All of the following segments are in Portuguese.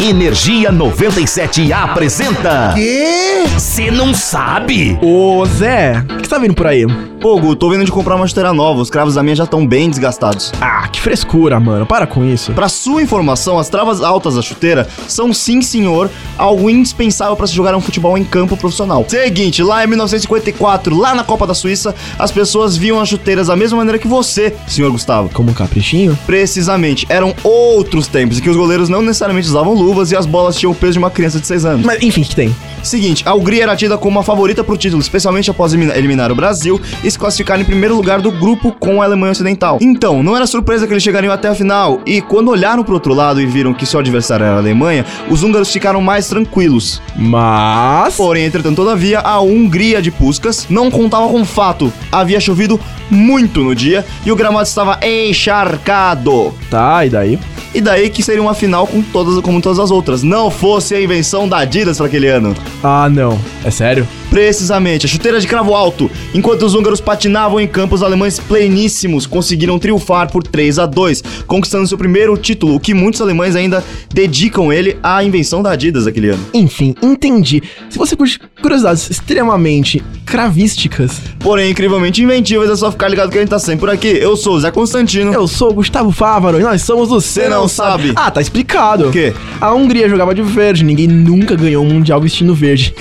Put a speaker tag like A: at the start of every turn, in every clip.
A: Energia 97 apresenta.
B: Quê?
A: Você não sabe?
B: Ô, Zé, o que você tá vindo por aí?
C: Pogo, tô vendo de comprar uma esteira nova, os cravos da minha já estão bem desgastados.
B: Ah, que frescura, mano. Para com isso.
C: Pra sua informação, as travas altas da chuteira são, sim senhor, algo indispensável pra se jogar um futebol em campo profissional. Seguinte, lá em 1954, lá na Copa da Suíça, as pessoas viam as chuteiras da mesma maneira que você, senhor Gustavo.
B: Como um caprichinho?
C: Precisamente, eram outros tempos em que os goleiros não necessariamente usavam luvas e as bolas tinham o peso de uma criança de 6 anos.
B: Mas enfim, que tem?
C: Seguinte, a Hungria era tida como uma favorita pro título, especialmente após elimina- eliminar o Brasil e se classificar em primeiro lugar do grupo com a Alemanha Ocidental. Então, não era surpresa que eles chegariam até a final, e quando olharam pro outro lado e viram que seu adversário era a Alemanha, os húngaros ficaram mais tranquilos.
B: Mas.
C: Porém, entretanto, todavia, a Hungria de Puskas não contava com o fato. Havia chovido muito no dia e o gramado estava encharcado.
B: Tá, e daí?
C: E daí que seria uma final com todas, como todas as outras. Não fosse a invenção da Adidas para aquele ano.
B: Ah, não. É sério?
C: Precisamente, a chuteira de cravo alto. Enquanto os húngaros patinavam em campo, os alemães pleníssimos conseguiram triunfar por 3 a 2, conquistando seu primeiro título, o que muitos alemães ainda dedicam ele à invenção da Adidas daquele ano.
B: Enfim, entendi. Se você curte curiosidades extremamente cravísticas,
C: Porém, incrivelmente inventivas, é só ficar ligado que a gente tá sempre por aqui. Eu sou o Zé Constantino.
B: eu sou o Gustavo Fávaro e nós somos o Cê
C: Cê Não Sabe.
B: Ah, tá explicado.
C: O quê?
B: A Hungria jogava de verde, ninguém nunca ganhou um mundial vestindo verde.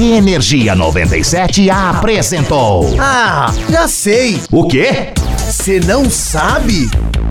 A: Energia 97 apresentou.
D: Ah, já sei.
A: O quê?
D: Você não sabe?